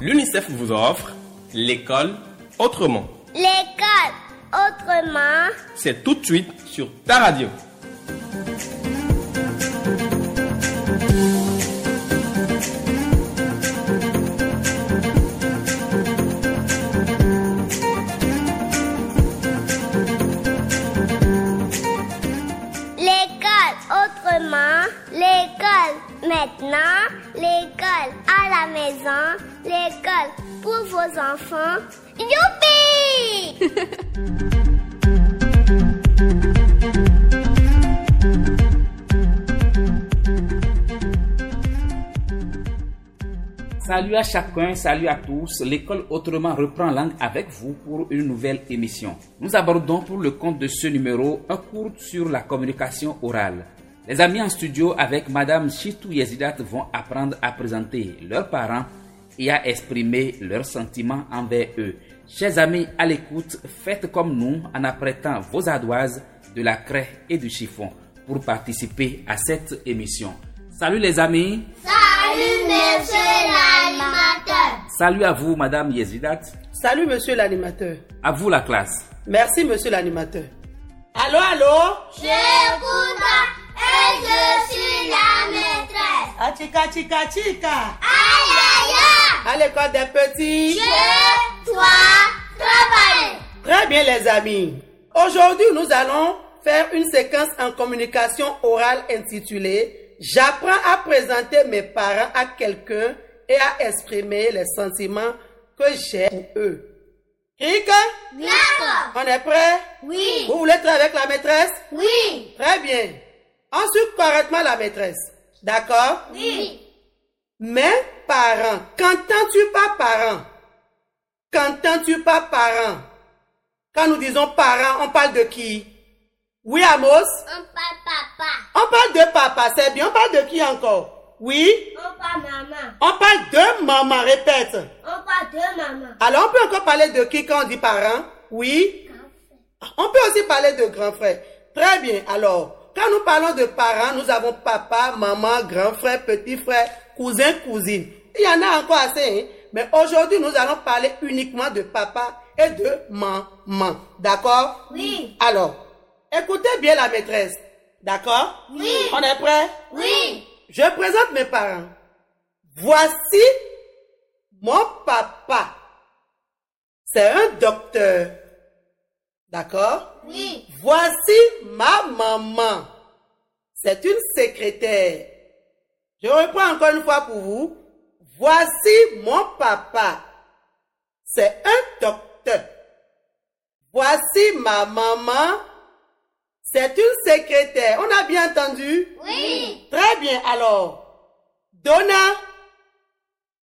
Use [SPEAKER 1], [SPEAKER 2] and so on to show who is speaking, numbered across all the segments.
[SPEAKER 1] L'UNICEF vous offre l'école autrement.
[SPEAKER 2] L'école autrement.
[SPEAKER 1] C'est tout de suite sur ta radio.
[SPEAKER 2] L'école autrement. L'école maintenant. L'école à la maison. L'école pour vos enfants. Youpi!
[SPEAKER 3] Salut à chacun, salut à tous. L'école autrement reprend langue avec vous pour une nouvelle émission. Nous abordons pour le compte de ce numéro un cours sur la communication orale. Les amis en studio avec Madame Chitou Yezidat vont apprendre à présenter leurs parents et à exprimer leurs sentiments envers eux. Chers amis à l'écoute, faites comme nous en apprêtant vos ardoises, de la craie et du chiffon pour participer à cette émission. Salut les amis,
[SPEAKER 2] Salut, monsieur l'animateur.
[SPEAKER 3] salut à vous Madame Yezidat,
[SPEAKER 4] Salut monsieur l'animateur.
[SPEAKER 3] à vous la classe.
[SPEAKER 4] Merci monsieur l'animateur. Allô, allô
[SPEAKER 2] J'écoute et je suis la maîtresse.
[SPEAKER 4] Ah, chica, chica, chica.
[SPEAKER 2] Aïe, aïe, aïe.
[SPEAKER 4] À l'école des petits.
[SPEAKER 2] Je dois travailler.
[SPEAKER 4] Très bien les amis. Aujourd'hui, nous allons faire une séquence en communication orale intitulée J'apprends à présenter mes parents à quelqu'un et à exprimer les sentiments que j'ai pour eux. Rick,
[SPEAKER 2] D'accord.
[SPEAKER 4] on est prêt
[SPEAKER 2] Oui.
[SPEAKER 4] Vous voulez être avec la maîtresse
[SPEAKER 2] Oui.
[SPEAKER 4] Très bien. Ensuite, correctement la maîtresse. D'accord
[SPEAKER 2] Oui.
[SPEAKER 4] Mais parents, qu'entends-tu par parents Qu'entends-tu par parents Quand nous disons parents, on parle de qui Oui, Amos
[SPEAKER 2] On parle papa.
[SPEAKER 4] On parle de papa, c'est bien. On parle de qui encore Oui
[SPEAKER 2] On parle maman.
[SPEAKER 4] On parle de maman, répète.
[SPEAKER 2] On parle de maman.
[SPEAKER 4] Alors, on peut encore parler de qui quand on dit parents Oui On peut aussi parler de grand frère. Très bien. Alors, quand nous parlons de parents, nous avons papa, maman, grand frère, petit frère, cousin, cousine. Il y en a encore assez, hein? mais aujourd'hui, nous allons parler uniquement de papa et de maman. D'accord
[SPEAKER 2] Oui.
[SPEAKER 4] Alors, écoutez bien la maîtresse. D'accord
[SPEAKER 2] Oui.
[SPEAKER 4] On est prêt
[SPEAKER 2] Oui.
[SPEAKER 4] je présente mes parents. Voici mon papa. C'est un docteur. D'accord
[SPEAKER 2] Oui.
[SPEAKER 4] Voici ma maman. C'est une secrétaire. Je reprends encore une fois pour vous. Voici mon papa. C'est un docteur. Voici ma maman. C'est une secrétaire. On a bien entendu
[SPEAKER 2] Oui.
[SPEAKER 4] Très bien, alors. Donna,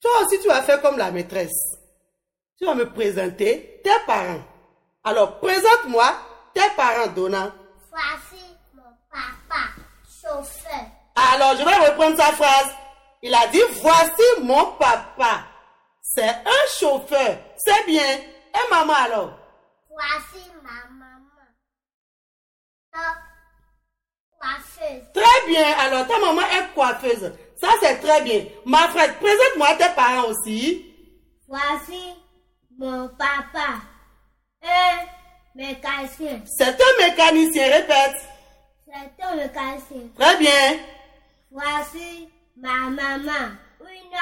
[SPEAKER 4] toi aussi tu vas faire comme la maîtresse. Tu vas me présenter tes parents. Alors, présente-moi tes parents, Donna.
[SPEAKER 2] Voici mon papa, chauffeur.
[SPEAKER 4] Alors, je vais reprendre sa phrase. Il a dit, voici mon papa. C'est un chauffeur. C'est bien. Et maman alors
[SPEAKER 2] Voici ma maman. Oh, coiffeuse.
[SPEAKER 4] Très bien, alors ta maman est coiffeuse. Ça, c'est très bien. Ma frère, présente-moi tes parents aussi.
[SPEAKER 2] Voici mon papa, un mécanicien.
[SPEAKER 4] C'est un mécanicien, répète.
[SPEAKER 2] C'est un mécanicien.
[SPEAKER 4] Très bien.
[SPEAKER 2] Voici ma maman, une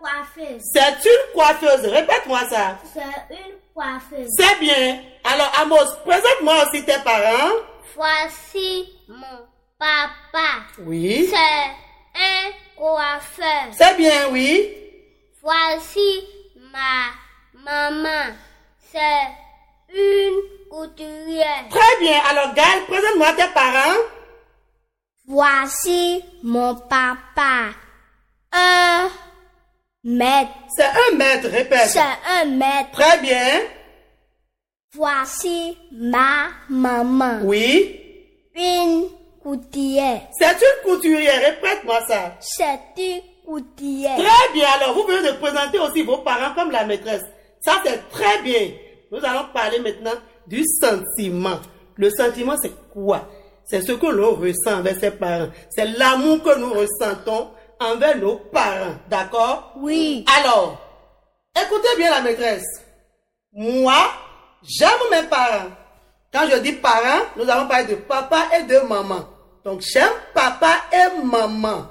[SPEAKER 2] coiffeuse.
[SPEAKER 4] C'est une coiffeuse. Répète-moi ça.
[SPEAKER 2] C'est une coiffeuse.
[SPEAKER 4] C'est bien. Alors, Amos, présente-moi aussi tes parents.
[SPEAKER 2] Voici mon papa,
[SPEAKER 4] Oui.
[SPEAKER 2] c'est un coiffeur.
[SPEAKER 4] C'est bien, oui.
[SPEAKER 2] Voici ma maman, c'est une couturière.
[SPEAKER 4] Très bien. Alors, Gaël, présente-moi tes parents.
[SPEAKER 2] Voici mon papa, un maître.
[SPEAKER 4] C'est un maître, répète.
[SPEAKER 2] C'est un maître.
[SPEAKER 4] Très bien.
[SPEAKER 2] Voici ma maman.
[SPEAKER 4] Oui.
[SPEAKER 2] Une couturière.
[SPEAKER 4] C'est une couturière. Répète-moi ça.
[SPEAKER 2] C'est une couturière.
[SPEAKER 4] Très bien. Alors, vous venez de présenter aussi vos parents comme la maîtresse. Ça, c'est très bien. Nous allons parler maintenant du sentiment. Le sentiment, c'est quoi C'est ce que l'on ressent envers ses parents. C'est l'amour que nous ressentons envers nos parents. D'accord
[SPEAKER 2] Oui.
[SPEAKER 4] Alors, Écoutez bien la maîtresse. Moi, j'aime mes parents. Quand je dis parents, nous allons parler de papa et de maman. Donc j'aime papa et maman.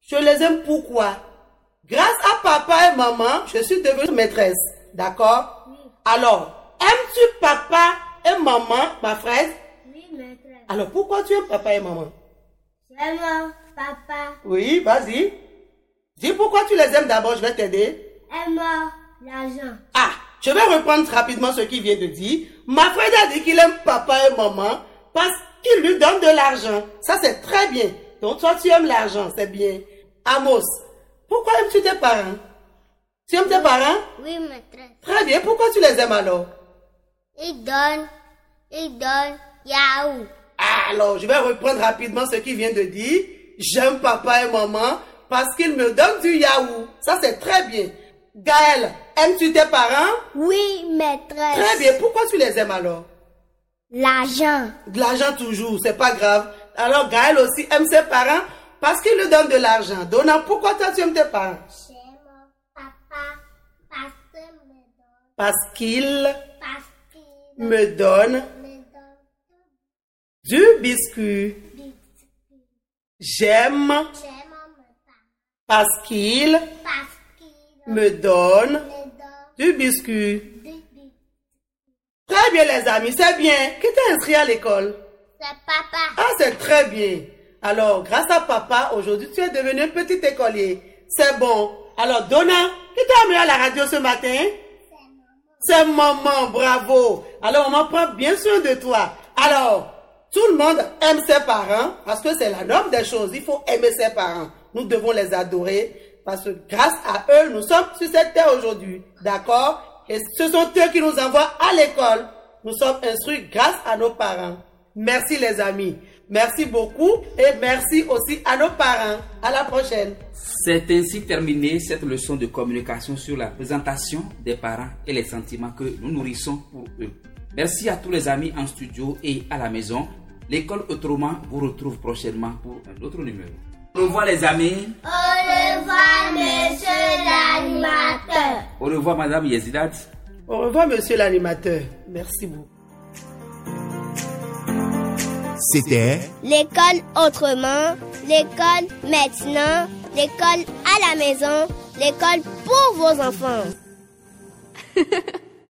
[SPEAKER 4] Je les aime pourquoi Grâce à papa et maman, je suis devenue maîtresse. D'accord Alors, aimes-tu papa et maman, ma frère
[SPEAKER 2] Oui, maîtresse.
[SPEAKER 4] Alors pourquoi tu aimes papa et maman
[SPEAKER 2] J'aime papa.
[SPEAKER 4] Oui, vas-y. Dis pourquoi tu les aimes d'abord, je vais t'aider.
[SPEAKER 2] Aime l'argent.
[SPEAKER 4] Ah, je vais reprendre rapidement ce qu'il vient de dire. Ma frère a dit qu'il aime papa et maman parce qu'il lui donne de l'argent. Ça, c'est très bien. Donc, toi, tu aimes l'argent, c'est bien. Amos, pourquoi aimes-tu tes parents Tu aimes tes parents
[SPEAKER 2] Oui, maîtresse.
[SPEAKER 4] Très bien, pourquoi tu les aimes alors
[SPEAKER 2] Il donne, il donne, yaou.
[SPEAKER 4] Ah, Alors, je vais reprendre rapidement ce qu'il vient de dire. J'aime papa et maman parce qu'ils me donnent du yaourt. Ça, c'est très bien. Gaël, aimes-tu tes parents
[SPEAKER 2] Oui, maîtresse.
[SPEAKER 4] Très bien, pourquoi tu les aimes alors
[SPEAKER 2] L'argent.
[SPEAKER 4] De l'argent toujours, c'est pas grave. Alors Gaël aussi aime ses parents parce qu'il lui donne de l'argent. Donna, pourquoi toi tu aimes tes parents
[SPEAKER 2] J'aime papa parce qu'il me donne,
[SPEAKER 4] Parce qu'ils
[SPEAKER 2] parce qu'il
[SPEAKER 4] me donnent
[SPEAKER 2] me donne
[SPEAKER 4] du biscuit.
[SPEAKER 2] des J'aime
[SPEAKER 4] J'aime
[SPEAKER 2] papa
[SPEAKER 4] parce qu'ils
[SPEAKER 2] parce qu'il
[SPEAKER 4] me donnent
[SPEAKER 2] me donne
[SPEAKER 4] du biscuit.
[SPEAKER 2] des biscuits.
[SPEAKER 4] Très bien les amis, c'est bien. Qui t'a inscrit à l'école
[SPEAKER 2] C'est papa.
[SPEAKER 4] Ah, c'est très bien. Alors, grâce à papa, aujourd'hui, tu es devenu un petit écolier. C'est bon. Alors, Donna, qui t'a amené à la radio ce matin? C'est maman, bravo. Alors, on en prend bien soin de toi. Alors, tout le monde aime ses parents parce que c'est la norme des choses. Il faut aimer ses parents. Nous devons les adorer parce que grâce à eux, nous sommes sur cette terre aujourd'hui. D'accord Et ce sont eux qui nous envoient à l'école. Nous sommes instruits grâce à nos parents. Merci les amis. Merci beaucoup et merci aussi à nos parents. À la prochaine.
[SPEAKER 3] C'est ainsi terminée cette leçon de communication sur la présentation des parents et les sentiments que nous nourrissons pour eux. Merci à tous les amis en studio et à la maison. L'école autrement vous retrouve prochainement pour un autre numéro. Au revoir les amis.
[SPEAKER 2] Au revoir, monsieur l'animateur.
[SPEAKER 3] Au revoir Madame Yezidat.
[SPEAKER 4] Au revoir, monsieur l'animateur. Merci beaucoup.
[SPEAKER 5] C'était
[SPEAKER 2] L'école autrement, l'école maintenant, l'école à la maison, l'école pour vos enfants.